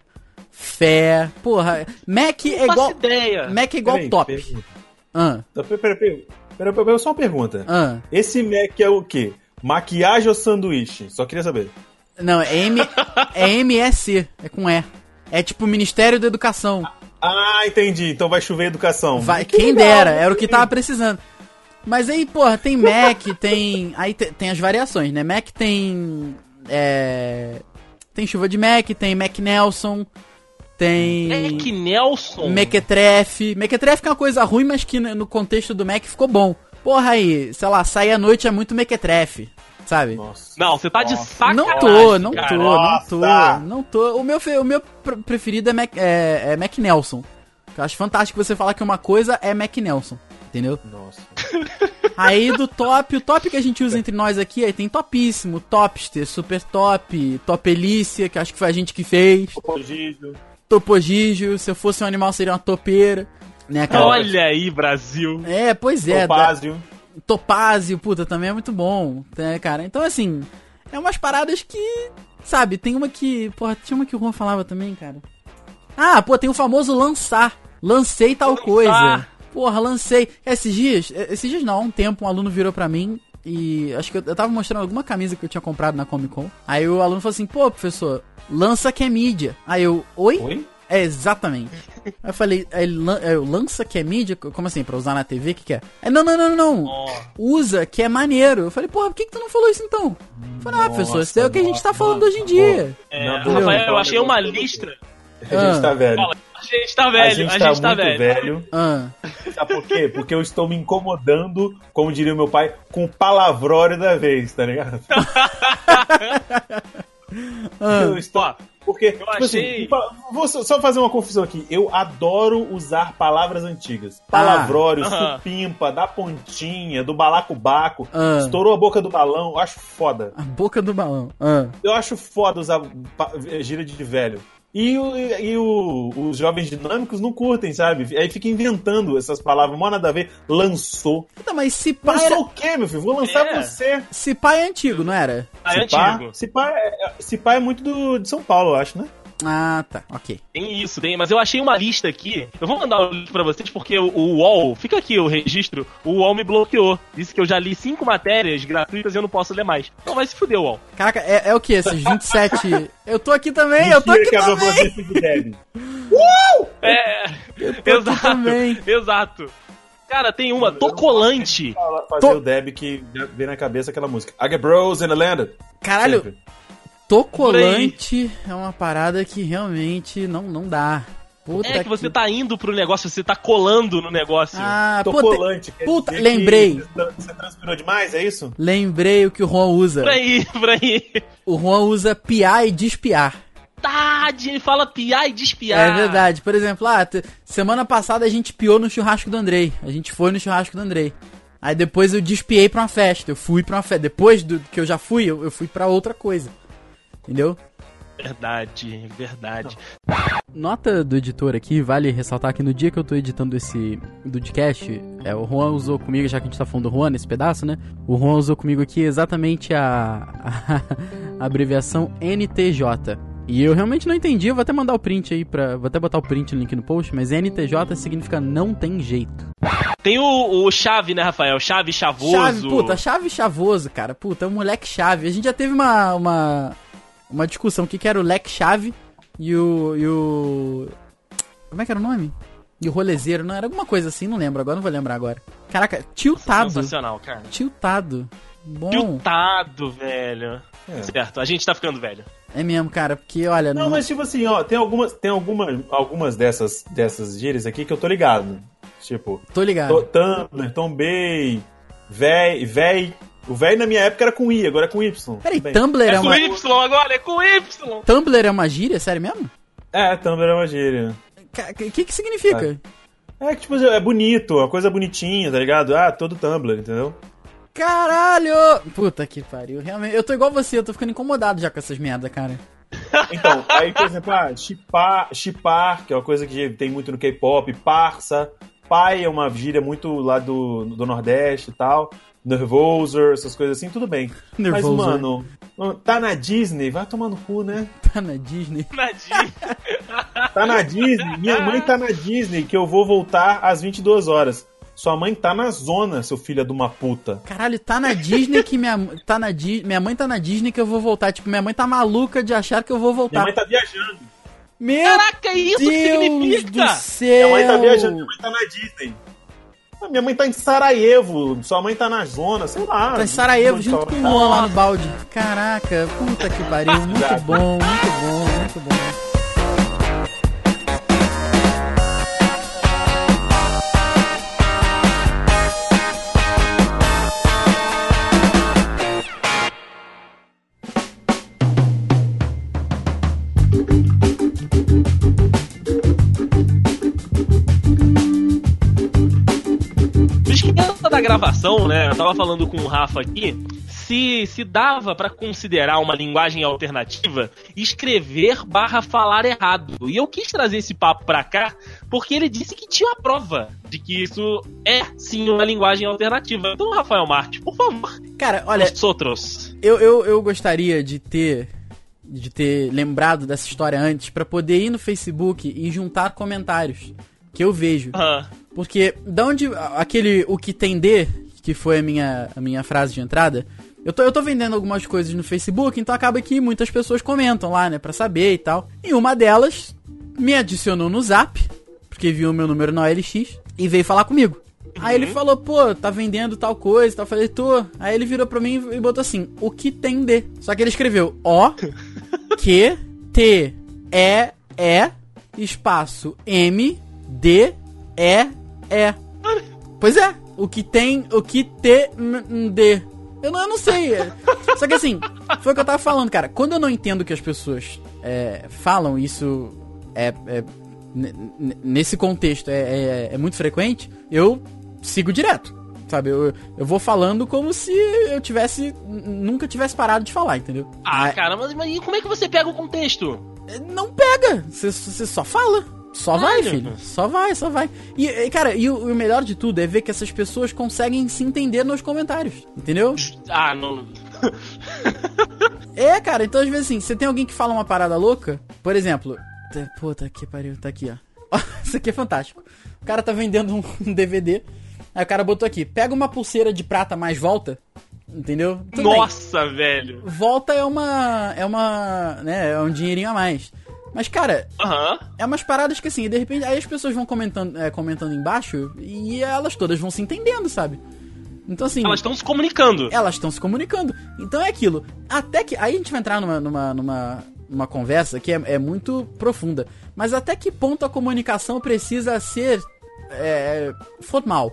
B: Fé. Porra, Mac é
E: Não faço
B: igual.
E: ideia.
B: Mac é igual
D: Peraí,
B: top.
D: pergunta.
B: Ah,
D: Peraí, peraí, peraí, peraí, peraí, só uma pergunta.
B: ah.
D: Esse Mac é o quê? Maquiagem ou sanduíche? Só queria saber.
B: Não, é, M, é MSC, é com E. É tipo Ministério da Educação.
D: Ah, entendi. Então vai chover educação.
B: Vai, quem dera, era o que tava precisando. Mas aí, porra, tem Mac, tem. Aí te- tem as variações, né? Mac tem. É. Tem chuva de Mac, tem Mac Nelson, tem.
E: Mac É Nelson.
B: Mequetrefe. Mequetrefe que é uma coisa ruim, mas que né, no no contexto do Mac ficou bom. Porra aí, sei lá, sair à noite é muito Mequetrefe, sabe?
D: Nossa.
E: Não, você tá de
D: Nossa.
E: sacanagem.
B: Não tô, não
E: cara.
B: tô, não
D: Nossa!
B: tô, não tô. O meu, fe- o meu pr- preferido é Mac, é, é Mac Nelson. Eu acho fantástico você falar que uma coisa é Mac Nelson, entendeu?
D: Nossa.
B: Aí do top, o top que a gente usa entre nós aqui, aí tem topíssimo, topster, super top, topelícia, que acho que foi a gente que fez,
D: Apogígio.
B: topogígio, se eu fosse um animal seria uma topeira, né, cara?
E: Olha aí, Brasil.
B: É, pois é, da,
D: Topázio.
B: topázio, puta, também é muito bom, né, cara? Então, assim, é umas paradas que, sabe, tem uma que, porra, tinha uma que o Juan falava também, cara. Ah, pô, tem o famoso lançar, lancei tal
E: Lançar.
B: coisa. Porra, lancei. Esses dias, esses dias não, há um tempo, um aluno virou pra mim e acho que eu, eu tava mostrando alguma camisa que eu tinha comprado na Comic Con. Aí o aluno falou assim, pô, professor, lança que é mídia. Aí eu, oi?
D: Oi?
B: É, exatamente. Aí eu falei, aí ele lan- aí eu, lança que é mídia? Como assim, pra usar na TV, o que que é? Aí, não, não, não, não, não.
E: Ó,
B: Usa que é maneiro. Eu falei, porra, por que que tu não falou isso então? Eu falei, ah,
D: Nossa,
B: professor, isso daí é o que a gente tá
D: nossa,
B: falando hoje em
D: nossa,
B: dia.
E: é,
D: Na boa,
E: Rafael, eu
D: fala
E: achei uma
D: um negócio
E: lista.
D: A
B: Ah.
D: gente tá velho.
E: Fala, A gente tá
D: A
E: velho,
D: gente tá muito
E: velho.
D: velho.
B: Ah,
D: Sabe por quê? Porque eu estou me incomodando, como diria o meu pai, com o palavrório da vez, tá ligado? Eu estou...
E: Ah. Ó,
D: Porque, tipo
E: achei-
D: assim, fa- vou só só fazer uma confusão aqui. Eu adoro usar palavras antigas.
B: Ah.
D: Palavrório,
E: Aham.
D: supimpa, da pontinha, do balacobaco.
B: Ah.
D: Estourou a boca do balão. Eu acho foda.
B: a boca do balão. Ah.
D: Eu acho foda usar pa- gíria de velho. E, o- e o- os jovens dinâmicos não curtem, sabe? Aí fica inventando essas palavras, mó nada a ver. Lançou.
B: Puta, Então, mas se pá,
D: Lançou
B: era,
D: o quê, meu filho? Vou lançar
E: É.
D: você.
B: se pá é antigo, não era?
E: Ah, é
D: se, pá,
E: antigo.
D: se, pá é, se pá é muito do, de São Paulo, eu acho, né?
B: Ah, tá, ok.
E: Tem isso, tem, mas eu achei uma lista aqui. Eu vou mandar o link pra vocês porque o, o UOL, fica aqui o registro, o UOL me bloqueou. Disse que eu já li cinco matérias gratuitas e eu não posso ler mais. Então vai se fuder, UOL.
B: Caraca, é, é o que esses 27... eu tô aqui também, eu tô aqui
D: Mentira que a
B: também.
D: babazice do Deb.
E: É,
B: tô aqui também.
E: exato. Cara, tem uma, Tocolante.
D: Fala- fazer
B: Tô-
D: o Deb que já vem na cabeça aquela música. I get bros in the land.
B: Caralho,
D: Sempre.
B: Tocolante é uma parada que realmente não, não dá. Puta
E: É que você tá indo pro negócio, você tá colando no negócio.
B: Ah,
D: Tô
B: puta,
D: colante. quer
B: puta,
D: dizer
B: lembrei.
D: que Você transpirou demais, é isso?
B: lembrei o que o Juan usa.
E: Por aí, por aí.
B: O Juan usa piar e despiar.
E: Tade, ele fala piar e despiar.
B: É verdade. Por exemplo, ah, te- semana passada a gente piou no churrasco do Andrei. A gente foi no churrasco do Andrei. Aí depois eu despiei pra uma festa. Eu fui pra uma festa. Depois do que eu já fui, eu, eu fui pra outra coisa. Entendeu?
E: Verdade, verdade.
B: Nota do editor aqui, vale ressaltar que no dia que eu tô editando esse Dudcast, é, o Juan usou comigo, já que a gente tá falando do Juan nesse pedaço, né? O Juan usou comigo aqui exatamente a, a, abreviação NTJ. E eu realmente não entendi, eu vou até mandar o print aí pra. Vou até botar o print no link no post, mas NTJ significa não tem jeito.
E: Tem o, o Chave, né, Rafael? Chave Chavoso.
B: Chave, puta, chave chavoso, cara. Puta, é um moleque chave. A gente já teve uma. uma, uma discussão que que era o leque chave e o. e o. Como é que era o nome? E o rolezeiro, não? Era alguma coisa assim, não lembro agora, não vou lembrar agora. Caraca, tiltado.
E: Sensacional, cara.
B: Tiltado. Bom.
E: Hum. Tiltado, velho. Certo, a gente tá ficando velho.
B: É mesmo, cara, porque olha.
D: Não, mas tipo assim, ó, tem algumas, tem alguma, algumas dessas, dessas gírias aqui que eu tô ligado. Tipo,
B: Tô ligado.
D: to, Tumblr, Tombei, véi, véi. O véi na minha época era com I, agora é com Y.
B: Peraí,
D: Bem,
B: Tumblr
E: É
B: é
E: com
B: uma.
E: Y agora, é com Y.
B: Tumblr é uma gíria? Sério mesmo?
D: É, Tumblr é uma gíria.
B: O que que significa?
D: É que, tipo, é bonito, é coisa bonitinha, tá ligado? Ah, todo Tumblr, entendeu?
B: Caralho! Puta que pariu, realmente. Eu tô igual você, eu tô ficando incomodado já com essas merda, cara.
D: Então, aí, por exemplo, ah, chipar, chipar, que é uma coisa que tem muito no K-pop, parça, pai é uma gíria muito lá do, do Nordeste e tal, nervoser, essas coisas assim, tudo bem.
B: Nervoser.
D: Mas, mano, tá na Disney, vai tomar no cu, né?
B: Tá na Disney.
E: Nadinho.
D: Tá na Disney, minha mãe tá na Disney, que eu vou voltar às 22 horas. Sua mãe tá na zona, seu filho é de uma puta.
B: Caralho, tá na Disney que minha tá na Di... minha mãe tá na Disney que eu vou voltar. Tipo, minha mãe tá maluca de achar que eu vou
D: Minha
B: voltar.
D: mãe tá viajando.
B: Meu
E: Caraca, é isso que
B: Deus do
E: significa?
B: céu!
D: tá- Minha mãe tá viajando, minha mãe tá na Disney. Ah, Minha mãe tá em Sarajevo, sua mãe tá na zona, sei lá.
B: Tá em Sarajevo
D: Onde
B: junto
D: tá-
B: com o Juan lá no balde. Caraca, puta que pariu. Muito
D: Exato.
B: bom, muito bom, muito bom.
E: Esquenta da gravação, né? Eu tava falando com o Rafa aqui. Se, se dava pra considerar uma linguagem alternativa escrever barra falar errado. E eu quis trazer esse papo pra cá porque ele disse que tinha uma prova de que isso é sim uma linguagem alternativa. Então, Rafael Marte, por favor,
B: Cara, olha,
E: nós outros.
B: eu, eu, eu gostaria de ter de ter lembrado dessa história antes pra poder ir no Facebook e juntar comentários que eu vejo.
E: Aham.
B: Porque da onde a- aquele o que tem de, que foi a minha, a minha frase de entrada, eu tô, eu tô vendendo algumas coisas no Facebook, então acaba que muitas pessoas comentam lá, né, pra saber e tal. E uma delas me adicionou no Zap, porque viu o meu número na OLX e veio falar comigo. Aí ele falou, pô, tá vendendo tal coisa, e tal. Eu falei, tô. Aí ele virou pra mim e botou assim, o que tem de? Só que ele escreveu, ó, Q, T, E, E, espaço M, D, E, E. Pois é, o que tem, o que T, M, M, D. Eu não, eu não sei. Só que assim, foi o que eu tava falando, cara. Quando eu não entendo o que as pessoas é, falam, isso é, é ne- ne- nesse contexto é, é- é muito frequente, eu sigo direto. Sabe, eu, eu vou falando como se eu tivesse. Nunca tivesse parado de falar, entendeu?
E: Ah, cara, mas, mas e como é que você pega o contexto?
B: não pega. Você você só fala. Só vai,
E: Claro.
B: filho. Só vai, só vai. E, e, cara, e o, e o melhor de tudo é ver que essas pessoas conseguem se entender nos comentários. Entendeu?
E: Ah, não.
B: É, cara, então às vezes assim, você tem alguém que fala uma parada louca, por exemplo. tá- Pô, tá aqui, pariu, tá aqui, ó. Isso aqui é fantástico. O cara tá vendendo um, um DVD. Aí o cara botou aqui, pega uma pulseira de prata mais volta. Entendeu? Tudo bem.
E: Nossa, velho.
B: Volta é uma. É uma. né, é um dinheirinho a mais. Mas, cara,
E: Aham.
B: É umas paradas que assim, de repente, aí as pessoas vão comentando, é, comentando embaixo e elas todas vão se entendendo, sabe? Então assim,
E: Elas estão se comunicando.
B: elas estão se comunicando. Então é aquilo. Até que. Aí a gente vai entrar numa, numa, numa, numa conversa que é, é muito profunda. Mas até que ponto a comunicação precisa ser é, formal?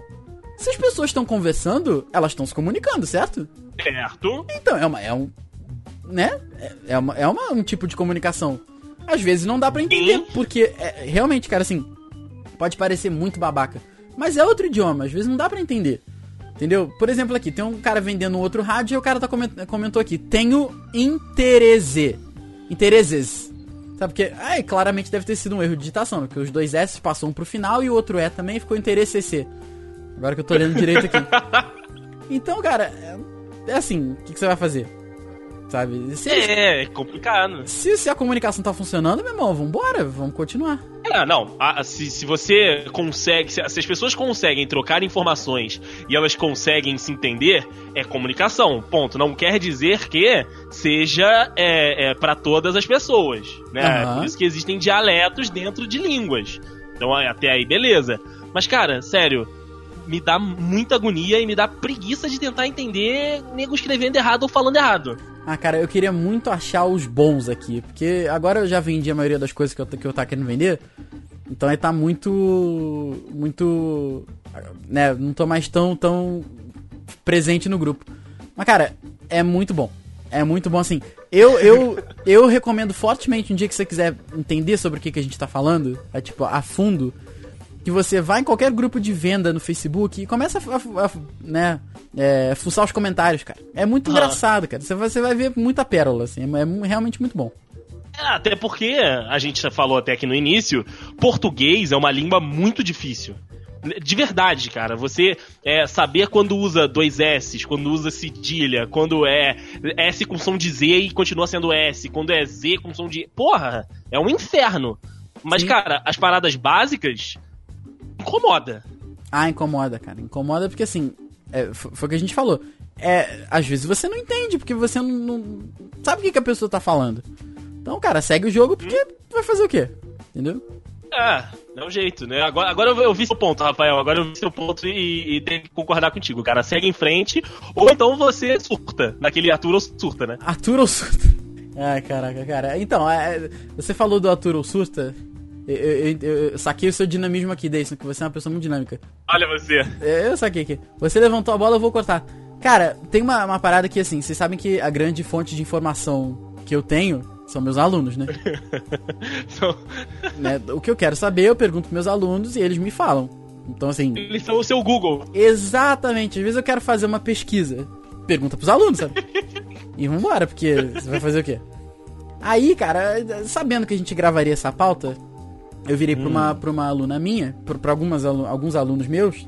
B: Se as pessoas estão conversando, elas estão se comunicando, certo?
E: Certo.
B: Então, é uma. É um. Né? É- É, uma, é uma- um tipo de comunicação. Às vezes não dá pra entender,
E: Sim.
B: porque é- realmente, cara, assim. Pode parecer muito babaca. Mas é outro idioma, às vezes não dá pra entender. Entendeu? Por exemplo, aqui, tem um cara vendendo um outro rádio e o cara tá coment- comentou aqui: tenho interesse. Interesses. Sabe porque. Ai, claramente deve ter sido um erro de digitação, né? porque os dois S passou um pro final e o outro E também ficou interesse C. Agora que eu tô olhando direito aqui. Então, cara, é- é assim, o que, que você vai fazer? sabe? Se, eles-
E: É, é complicado.
B: se, se a comunicação tá funcionando, meu irmão, vambora, vamos continuar.
E: É, não. a- a- se, se você consegue. Se, se as pessoas conseguem trocar informações e elas conseguem se entender, é comunicação. Ponto. Não quer dizer que seja é, para todas as pessoas. Né?
B: Aham.
E: Por isso que existem dialetos dentro de línguas. Então a- até aí, beleza. Mas, cara, sério. Me dá muita agonia e me dá preguiça de tentar entender nego escrevendo errado ou falando errado.
B: Ah, cara, eu queria muito achar os bons aqui, porque agora eu já vendi a maioria das coisas que eu, que eu tava querendo vender, então aí tá muito. muito. né, não tô mais tão, tão presente no grupo. Mas, cara, é muito bom. É muito bom, assim. Eu, eu, eu recomendo fortemente um dia que você quiser entender sobre o que, que a gente tá falando, é tipo, a fundo, que você vai em qualquer grupo de venda no Facebook e começa a, a- a- né, é, fuçar os comentários, cara. É muito
E: Ah.
B: engraçado, cara. Você, vai- você vai ver muita pérola, assim. É, mu- realmente muito bom.
E: É, Até porque, a gente já falou até aqui no início, português é uma língua muito difícil. De verdade, cara. Você é, saber quando usa dois S, quando usa cedilha, quando é S com som de Z e continua sendo S, quando é Z com som de. Porra, é um inferno. Mas,
B: Sim.
E: cara, as paradas básicas incomoda.
B: Ah, incomoda, cara. Incomoda porque, assim, é, f- foi, o que a gente falou. É, às vezes você não entende, porque você não, não sabe o que, que a pessoa tá falando. Então, cara, segue o jogo porque tu vai fazer o quê? Entendeu?
E: É, dá um jeito, né? Agora, agora eu, eu vi seu ponto, Rafael. Agora eu vi seu ponto e, e tenho que concordar contigo, cara. Segue em frente, ou então você surta. Naquele Arthur ou surta, né?
B: Atura ou surta? Ah, caraca, cara. Então, é, você falou do atura ou surta. Eu, eu- eu- eu saquei o seu dinamismo aqui, Deison, que você é uma pessoa muito dinâmica.
E: Olha você.
B: É, Eu saquei aqui. Você levantou a bola, eu vou cortar. Cara, tem uma, uma parada que, assim, vocês sabem que a grande fonte de informação que eu tenho são meus alunos, né?
E: São-
B: Né, O que eu quero saber, eu pergunto pros meus alunos e eles me falam. Então, assim,
E: eles são o seu Google.
B: exatamente. Às vezes eu quero fazer uma pesquisa. Pergunta pros alunos, sabe? E vambora, porque você vai fazer o quê? Aí, cara, sabendo que a gente gravaria essa pauta, eu virei pra, uma, pra uma aluna minha, pra, pra algumas alu- alguns alunos meus,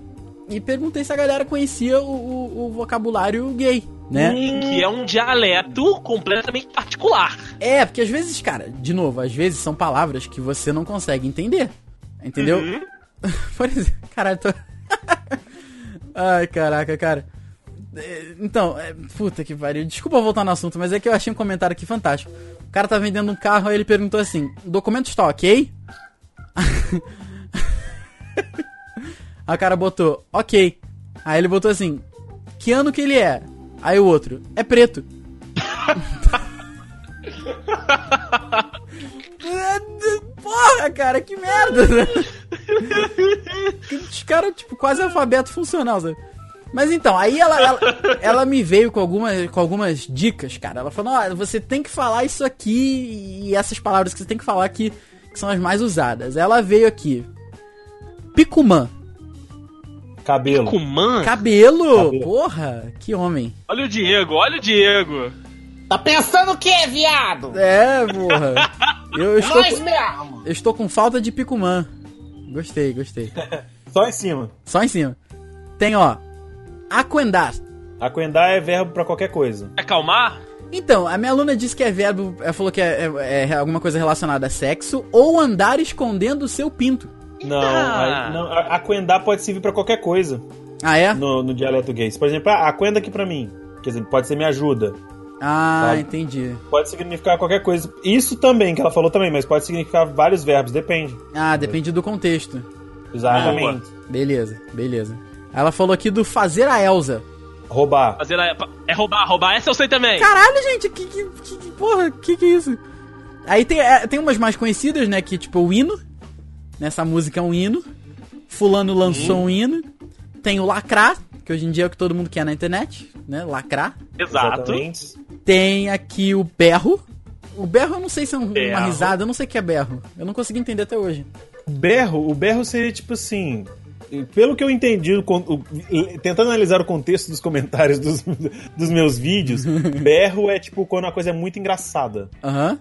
B: e perguntei se a galera conhecia o, o- o vocabulário gay, né?
E: Que é um dialeto completamente particular.
B: É, porque às vezes, cara, de novo, às vezes são palavras que você não consegue entender. Entendeu? Por exemplo, caralho, tô. Ai, caraca, cara. É, Então, é, puta que pariu. Desculpa voltar no assunto, mas é que eu achei um comentário aqui fantástico. O cara tá vendendo um carro, aí ele perguntou assim: "O documento está ok? aí o cara botou, ok. Aí ele botou assim: que ano que ele é? Aí o outro, é preto. Porra, cara, que merda! né? Os caras, tipo, quase alfabeto funcional, sabe? Mas então, aí ela, ela, ela me veio com algumas, com algumas dicas, cara. Ela falou, ó, você tem que falar isso aqui e essas palavras que você tem que falar aqui, que são as mais usadas. Ela veio aqui. Picumã.
D: Cabelo.
E: Cumã?
B: Cabelo!
D: Cabelo.
B: Porra, que homem.
E: Olha o Diego, olha o Diego.
F: Tá pensando o quê, viado?
B: É, porra. Eu estou,
F: Nós
B: com,
F: mesmo.
B: eu estou com falta de picumã. Gostei, gostei.
D: Só em cima.
B: Só em cima. Tem, ó. Aquendar.
D: Aquendar é verbo pra qualquer coisa.
E: Acalmar?
B: Então, a minha aluna disse que é verbo. Ela falou que é, é- é alguma coisa relacionada a sexo ou andar escondendo o seu pinto.
D: Não,
E: Ah.
D: aí, não, a- aquendar pode servir pra qualquer coisa
B: Ah, é?
D: no, no dialeto gay. Por exemplo, ah, aquenda aqui pra mim. Quer dizer, pode ser me ajuda.
B: Ah,
D: Sabe?
B: entendi.
D: Pode significar qualquer coisa. Isso também, que ela falou também, mas pode significar vários verbos, depende.
B: Ah, depende do contexto.
D: Exatamente.
B: Beleza, beleza. Ela falou aqui do fazer a Elsa.
D: Roubar.
E: Fazer a- É roubar, roubar. Essa eu sei também.
B: Caralho, gente, que, que, que- que- porra, que que é isso? Aí tem, é, tem umas mais conhecidas, né, que tipo o hino, nessa música é um hino, fulano lançou um hino, tem o lacrar, que hoje em dia é o que todo mundo quer na internet, né, lacrar.
E: Exato.
D: Exatamente.
B: Tem aqui o berro, o berro eu não sei se é um- uma
E: Berro.
B: risada, eu não sei o que é berro, eu não consegui entender até hoje.
D: Berro, o berro seria tipo assim. Pelo que eu entendi, o con- o- tentando analisar o contexto dos comentários dos, dos meus vídeos, berro é tipo quando a coisa é muito engraçada.
B: Aham.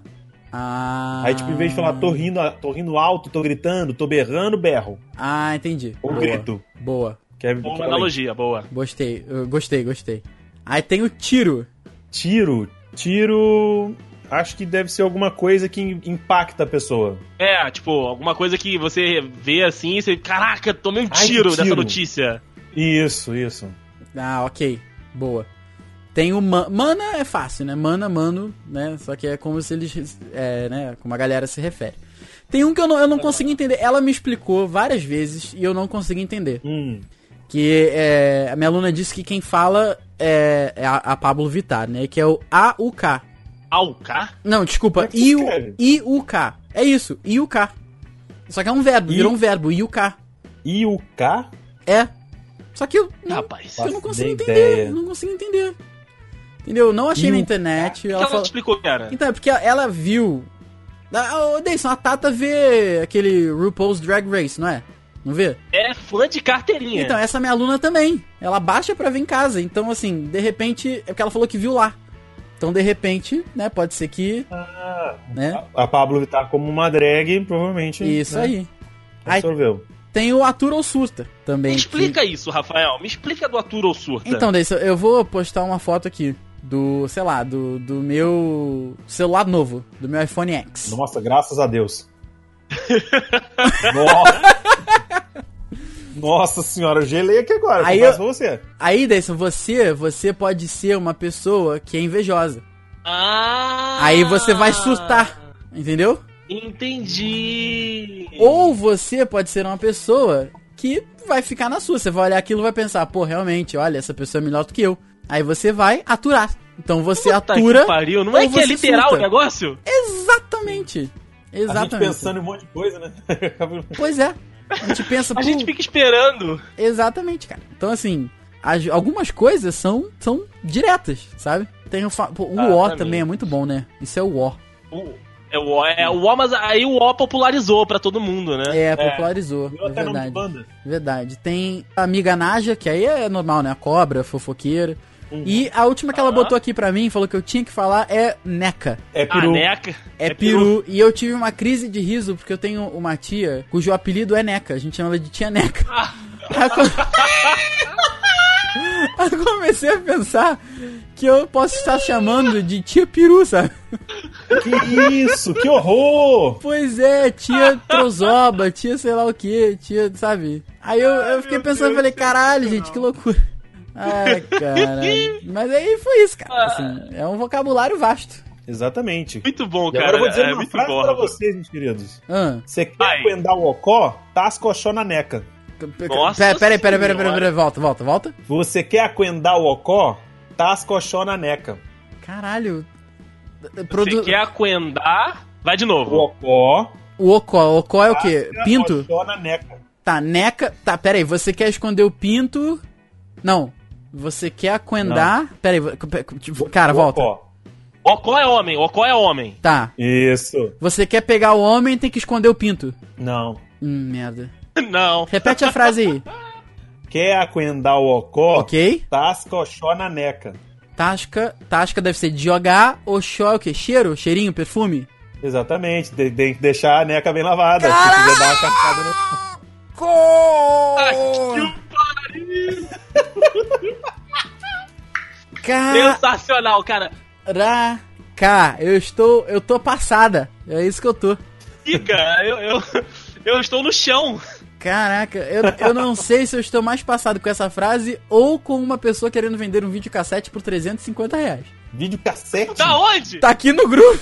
B: Ah...
D: Aí, tipo, em vez de falar tô rindo, tô rindo alto, tô gritando, tô berrando, berro.
B: Ah, entendi.
D: Ou
B: Boa.
D: Um grito.
B: Boa,
D: Que é, que
E: Boa
D: é
E: analogia, boa.
B: gostei, eu gostei, gostei. Aí tem o tiro.
D: tiro, Tiro. Acho que deve ser alguma coisa que impacta a pessoa.
E: É, tipo, alguma coisa que você vê assim e você. Caraca, tomei um
D: Ai, que
E: tiro dessa
D: tiro.
E: notícia.
D: Isso, isso.
B: Ah, ok. Boa. Tem o man... Mana é fácil, né? Mana, mano, né? Só que é como se eles. É, né? Como a galera se refere. Tem um que eu não, eu não consegui entender. Ela me explicou várias vezes e eu não consegui entender.
D: Hum.
B: Que é, a minha aluna disse que quem fala é, é a, a Pablo Vittar, né? Que é o AUK.
E: Alcar?
B: Não, desculpa.
D: Como é que se
B: IU,
D: escreve?
B: IUK. É isso, IUK. Só que é um verbo,
D: I-
B: virou um verbo, IUK.
D: E o K?
B: É. Só que eu não,
E: Rapaz.
B: eu não
D: faço
B: consigo
D: nem
B: entender.
D: ideia.
B: Não consigo entender. Entendeu? Não achei na
D: IUK.
B: internet.
E: O que
B: Ela
E: ela
B: falou...
E: te explicou, cara?
B: Então, é porque ela viu. Ah, ô, Deison, a Tata vê aquele RuPaul's Drag Race, não é? Não vê?
E: É fã de carteirinha.
B: Então, essa minha aluna também. Ela baixa pra ver em casa. Então, assim, de repente. É porque ela falou que viu lá. Então, de repente, né? Pode ser que. né?
D: A Pablo Vittar como uma drag, provavelmente.
B: Isso
D: né,
B: aí. Aí
D: Absorveu.
B: tem o Atura ou Surta também.
E: Me
B: que-
E: explica isso, Rafael. Me explica do Atura ou Surta.
B: Então, Deison, eu vou postar uma foto aqui. Do, sei lá, do, do meu celular novo, do meu iPhone X.
D: Nossa, graças a Deus. Nossa. Nossa senhora, eu gelei aqui agora.
B: Aí
D: Aí
B: eu-
D: eu... pra você.
B: Aí, Deison, você, você pode ser uma pessoa que é invejosa.
E: Ah!
B: Aí você vai surtar, entendeu?
E: Entendi.
B: Ou você pode ser uma pessoa que vai ficar na sua. Você vai olhar aquilo e vai pensar, pô, realmente, olha, essa pessoa é melhor do que eu. Aí você vai aturar. Então você
E: Puta que
B: atura.
E: pariu. Não
B: ou
E: é que é
B: você
E: literal
B: surta.
E: o negócio?
B: Exatamente.
D: A gente
B: Exatamente.
D: pensando em um monte de coisa, né?
B: Pois é. A gente pensa,
E: A
B: pô,
E: gente fica esperando.
B: Exatamente, cara. Então, assim, as- algumas coisas são, são diretas, sabe? Tem o, fa- pô, o
E: Ah,
B: O
E: pra
B: também
E: mim.
B: é muito bom, né? Isso é o O.
E: O- É o, O, é o O, mas aí o O popularizou pra todo mundo, né?
B: É, popularizou.
D: Eu
B: é
D: até nome de
B: verdade.
D: banda.
B: Verdade. Tem a amiga Naja, que aí é normal, né? A cobra, a fofoqueira. E a última que ela botou aqui pra mim, falou que eu tinha que falar, é Neca.
D: É peru.
E: Caneca.
B: É, peru. E eu tive uma crise de riso porque eu tenho uma tia cujo apelido é Neca. A gente chama ela de Tia Neca. Aí come- Aí eu comecei a pensar que eu posso estar chamando de Tia Peru, sabe?
D: Que isso, que horror!
B: Pois é, tia Trozoba, tia sei lá o que, tia, sabe? Aí eu, eu fiquei pensando, falei, caralho, gente, que loucura. Ai, caralho. Mas aí foi isso, cara. Assim, é um vocabulário vasto.
D: Exatamente.
E: Muito bom,
D: E
E: cara.
D: agora eu vou dizer
E: é
D: uma
E: muito
D: frase
E: bom.
D: pra
E: Rafa.
D: vocês, meus queridos.
B: Ah,
D: Você quer
E: Vai.
D: pendar o ocó? Tasca o oxó na neca.
E: Nossa
B: pera, pera, pera, pera, pera,
E: Senhora.
B: pera, volta, volta, volta.
D: Você quer aquendar o ocó? Tasca o oxó na neca.
B: Caralho.
E: Você
B: Produ...
E: quer aquendar? Vai de novo.
D: O ocó.
B: O Ocó, o Ocó é o quê?
D: tasca
B: Pinto?
D: Oxó na neca.
B: Tá, neca. Tá, pera aí, você quer esconder o pinto? Não. Você quer aquendar? Pera aí, vo- pe- tipo, cara, volta.
D: Ocó.
E: Ocó é homem, Ocó é homem.
B: Tá.
D: Isso.
B: Você quer pegar o homem, tem que esconder o pinto.
D: Não.
B: Hum, merda.
E: Não.
B: Repete a frase aí.
D: Quer aquendar o ocó?
B: ok?
D: Tasca o oxó na neca.
B: Tasca. Tasca deve ser de jogar. Oxó é o quê? Cheiro? Cheirinho? Perfume?
D: Exatamente. de- Tem que deixar a neca bem lavada. Se quiser dar uma cascada no...
B: Caraca!
E: Sensacional, cara.
B: Eu estou. Eu tô passada. É isso que eu tô.
E: Ih, cara, eu, eu, eu estou no chão.
B: Caraca, eu, eu não sei se eu estou mais passado com essa frase ou com uma pessoa querendo vender um videocassete por 350 reais.
D: Vídeo cassete?
E: Da onde?
B: Tá aqui no grupo.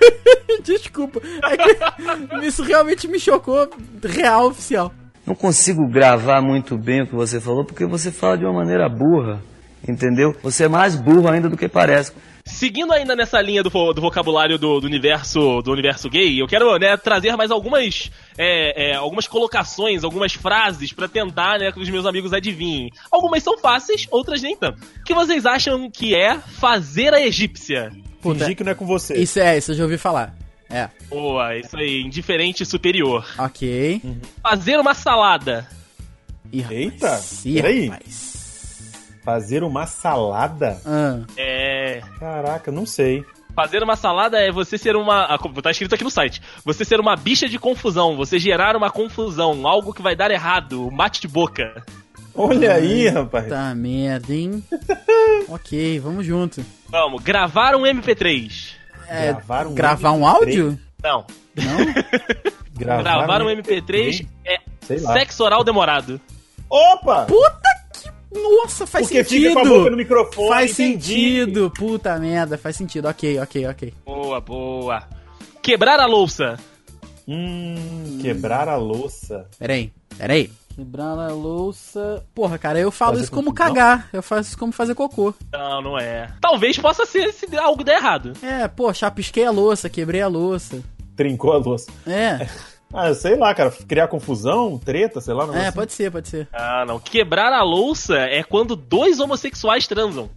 B: Desculpa. É que isso realmente me chocou. Real oficial.
C: Não consigo gravar muito bem o que você falou porque você fala de uma maneira burra, entendeu? Você é mais burro ainda do que parece.
E: Seguindo ainda nessa linha do, vo- do vocabulário do, do universo do universo gay, eu quero né, trazer mais algumas é, é, algumas colocações, algumas frases pra tentar né, que os meus amigos adivinhem. Algumas são fáceis, outras nem tanto. O que vocês acham que é fazer a egípcia?
B: Puta,
D: Fingir que não é com você.
B: isso é, isso eu já ouvi falar. É,
E: Boa, isso aí, indiferente e superior.
B: ok.
E: Fazer uma salada.
B: Ih, rapaz,
D: Eita,
B: ih,
D: peraí.
B: rapaz.
D: Fazer uma salada?
B: Ah,
E: É.
D: Caraca, não sei.
E: Fazer uma salada é você ser uma. ah, como Tá escrito aqui no site. Você ser uma bicha de confusão, você gerar uma confusão, algo que vai um dar errado, mate de boca.
D: Olha aí, rapaz.
B: tá merda, hein? ok, vamos junto.
E: Vamos, gravar um MP3.
B: É,
D: Gravar um
B: gravar um
D: MP3?
B: áudio?
E: Não,
B: Não?
D: Gravar,
E: gravar um MP3 é
D: Sei lá.
E: sexo oral demorado.
D: Opa!
B: Nossa, faz
D: Porque
B: sentido.
D: fica com a boca no microfone.
B: Faz
D: entendi.
B: sentido, puta merda, faz sentido. Ok, ok, ok.
E: Boa, boa. Quebrar a louça.
D: Hum, quebrar a louça.
B: Pera aí, pera aí. Quebrar a louça. Porra, cara, eu falo
D: Fazer
B: isso como
D: cocô, não?
B: cagar. Eu faço isso como fazer cocô.
E: Não, não é. Talvez possa ser se der- algo der errado.
B: É, pô, chapisquei a louça, quebrei a louça.
D: Trincou a louça.
B: É,
D: Ah, sei lá, cara. Criar confusão, treta, sei lá. um
B: é,
D: negócio
B: pode ser, pode ser.
E: Ah, não. Quebrar a louça é quando dois homossexuais transam.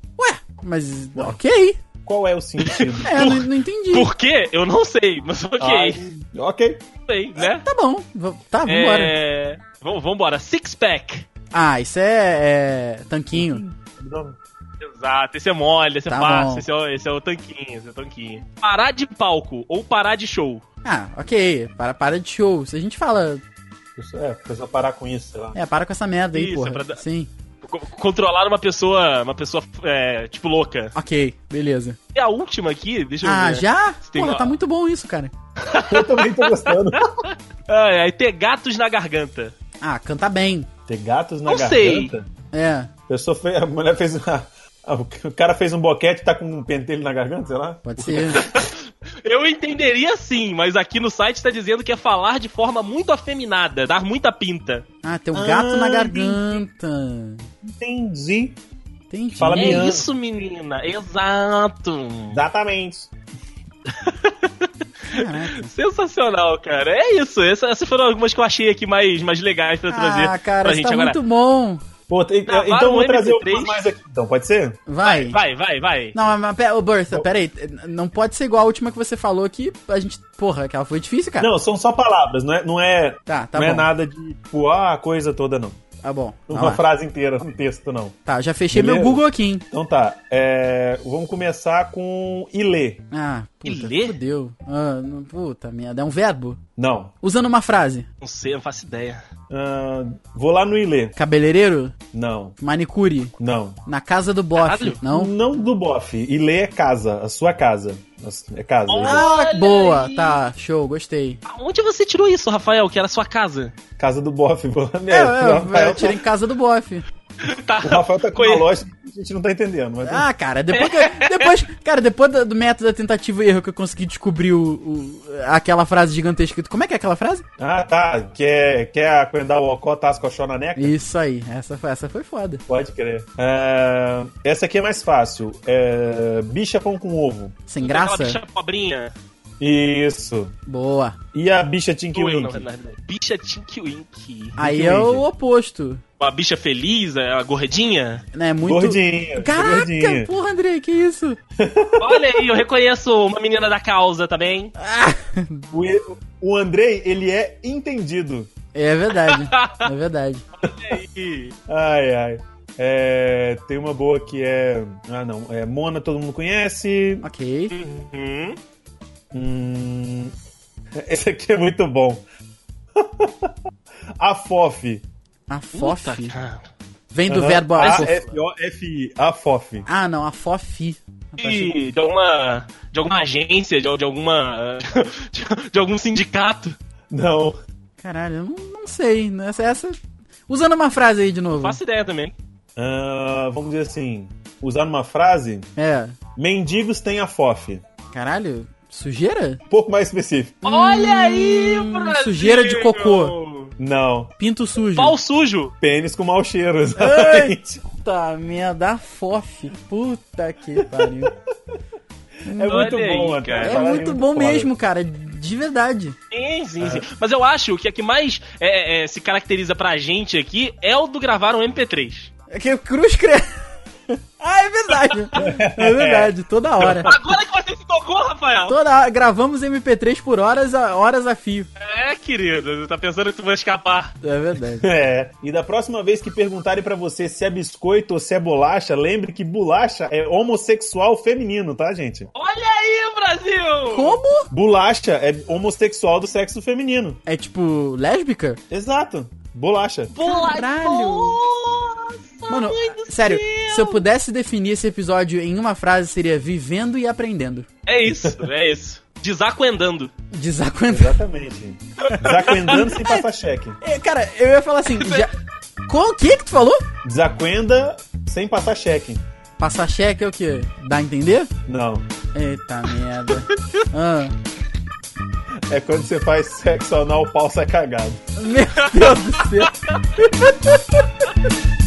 B: Mas, ok.
D: assim. Qual é o sentido?
B: É, não, não entendi.
E: Por quê? Eu não sei, mas ok.
D: Ai, ok.
E: Bem, né?
B: Tá bom, va- tá, vambora.
E: É... Vamos vambora. Six pack.
B: Ah, isso é, é, tanquinho.
D: Não,
E: Exato, esse é mole, esse
B: Tá
E: é fácil,
B: bom.
E: esse é, o, esse é o tanquinho, esse é o tanquinho. Parar de palco ou parar de show.
B: Ah, ok, para, para de show. Se a gente fala,
D: isso- É, precisa parar com isso, sei lá.
B: é, para com essa merda aí,
E: Isso,
B: porra.
E: é pra dar-
B: Sim,
E: Co- Controlar uma pessoa, uma pessoa, é, tipo, louca.
B: ok, beleza.
E: E a última aqui, deixa eu
B: Ah,
E: ver.
B: já?
E: Se tem
B: Porra,
E: uma-
B: tá muito bom isso, cara.
D: Eu também tô gostando.
E: Ah, é, ter gatos na garganta.
B: Ah, canta bem.
D: Ter gatos na
E: Não sei.
D: garganta.
B: É,
D: A pessoa fez, a mulher fez uma- a- O cara fez um boquete e tá com um pentelho na garganta, sei lá.
B: pode ser.
E: Eu entenderia sim, mas aqui no site tá dizendo que é falar de forma muito afeminada, dar muita pinta.
B: Ah, tem um gato na
D: Ah,
B: garganta.
D: Entendi.
B: Entendi.
D: Fala
E: é
D: miando.
E: isso, menina. Exato.
D: Exatamente.
B: Caraca.
E: Sensacional, cara. É isso. Essa- Essas foram algumas que eu achei aqui mais, mais legais pra trazer
B: Ah, cara,
E: pra
B: isso
E: gente
B: tá
E: agora.
B: muito bom.
D: Pô, tem-
E: Gravaram
D: então eu
E: um
D: vou trazer
E: MP3.
D: algumas mais aqui. Então, pode ser?
B: Vai.
E: Vai, vai, vai.
B: Não, mas- mas pera, ô, Bertha, peraí. Não pode ser igual a última que você falou que a gente. Porra, aquela foi difícil, cara.
D: Não, são só palavras, não é, não é,
B: Tá, tá
D: não é
B: bom.
D: nada de tipo, ah, coisa toda, não.
B: Tá bom. vai
D: Uma
B: lá.
D: frase inteira, um texto, não.
B: Tá, já fechei meu
D: Beleza.
B: Google aqui, hein?
D: Então tá, é, vamos começar com ilê.
B: Ah, puta,
E: Ilê?
B: fudeu. Ah, não- puta merda, é um verbo?
D: Não.
B: Usando uma frase.
E: Não sei, não faço ideia.
D: Ah, vou lá no ilê.
B: Cabeleireiro,
D: Não,
B: manicure,
D: não.
B: na casa do bofe,
E: Caralho.
B: não?
D: Não do bofe. Ilê é casa, a sua casa. Nossa, É casa. ilê.
B: Ah,
E: Olha
B: boa,
E: aí.
B: tá, show, gostei.
E: Onde você tirou isso, Rafael? Que era a sua casa?
D: Casa do bofe. Vou lá
B: É,
D: mesmo.
B: é,
D: o,
B: eu,
D: Rafael,
B: tirei em casa do bofe.
E: Tá.
D: o Rafael tá com
E: Conhe-
D: uma lógica que a gente não tá entendendo. Mas
B: Ah, cara, depois que- Depois, cara, depois do, do método da tentativa e erro que eu consegui descobrir o, o- aquela frase gigantesca. Como é que é aquela frase?
D: Ah, tá. Quer, quer coendar o Ocó, tasca o na neca?
B: Isso aí, essa foi, essa foi foda.
D: Pode crer. É, essa aqui é mais fácil. É, bicha pão com ovo.
B: Sem
E: Aquela
B: graça?
E: bicha pobrinha.
D: Isso.
B: Boa.
D: E a bicha Tinky
E: Doeu,
D: Wink.
E: na verdade. Bicha Tinky Wink.
B: Aí
D: que
B: é
D: horrível.
B: o oposto.
E: Uma bicha feliz, a gordinha.
B: Né, muito.
D: Gordinha.
B: Caraca,
D: Gordinha.
B: porra, André, que isso?
E: Olha aí, eu reconheço uma menina da causa também.
D: O, o Andrei, ele é entendido.
B: É verdade, é verdade.
D: Ai, ai. É, tem uma boa que é. Ah, não. É Mona, todo mundo conhece.
B: Ok.
E: Uhum.
D: Hum, esse aqui é muito bom. a FOF.
B: A FOF.
E: cara.
B: Vem do
D: Aham. é-
B: verbo
D: A
B: afo-
D: F O F I. A FOF.
B: Ah, não, a FOFI.
E: De, de alguma. De alguma agência, de, de alguma. De, de algum sindicato.
D: Não.
B: Caralho, eu não, não sei. né, Essa, essa. Usando uma frase aí de novo.
E: Faço ideia também.
D: Ah, vamos dizer assim, usar uma frase,
B: É.
D: mendigos têm a fof.
B: Caralho, sujeira?
D: Um pouco mais específico.
E: Olha aí, Brasil!
B: Hum, sujeira de cocô.
D: Não,
B: Pinto sujo.
E: Pau sujo.
D: pênis com mau cheiro, exatamente.
B: Puta merda, a FOF. Puta que pariu.
D: É muito
E: Olha
D: bom,
E: aí,
D: André.
E: cara.
B: É
D: Falar
B: muito bom mesmo, cara. De verdade.
E: Sim,
B: É.
E: sim, sim. Mas eu acho que a que mais é, é, se caracteriza pra gente aqui é o do gravar um MP3.
B: É que o Cruz cre... Ah, é verdade. É verdade, toda hora.
E: Agora que você se tocou, Rafael!
B: Toda hora. Gravamos MP3 por horas a, horas a fio.
E: É, querido, tá pensando que tu vai escapar.
B: É verdade.
D: É, e da próxima vez que perguntarem pra você se é biscoito ou se é bolacha, lembre que bolacha é homossexual feminino, tá, gente?
E: Olha aí, Brasil!
B: Como?
D: Bolacha é homossexual do sexo feminino.
B: É tipo lésbica?
D: Exato, bolacha.
E: Bola-
B: Caralho.
E: Nossa,
B: Mano, sério, se eu pudesse definir esse episódio em uma frase, seria vivendo e aprendendo.
E: É isso, é isso. Desacuendando.
B: Desacuentando.
D: Exatamente. Desacuendando sem passar cheque.
B: É, Cara, eu ia falar assim, já... Com o que que tu falou?
D: Desacuenda sem passar cheque.
B: Passar cheque é o quê? Dá a entender?
D: Não.
B: Eita merda. Ah.
D: É quando você faz sexo anal, o pau sai cagado.
B: Meu Deus do céu.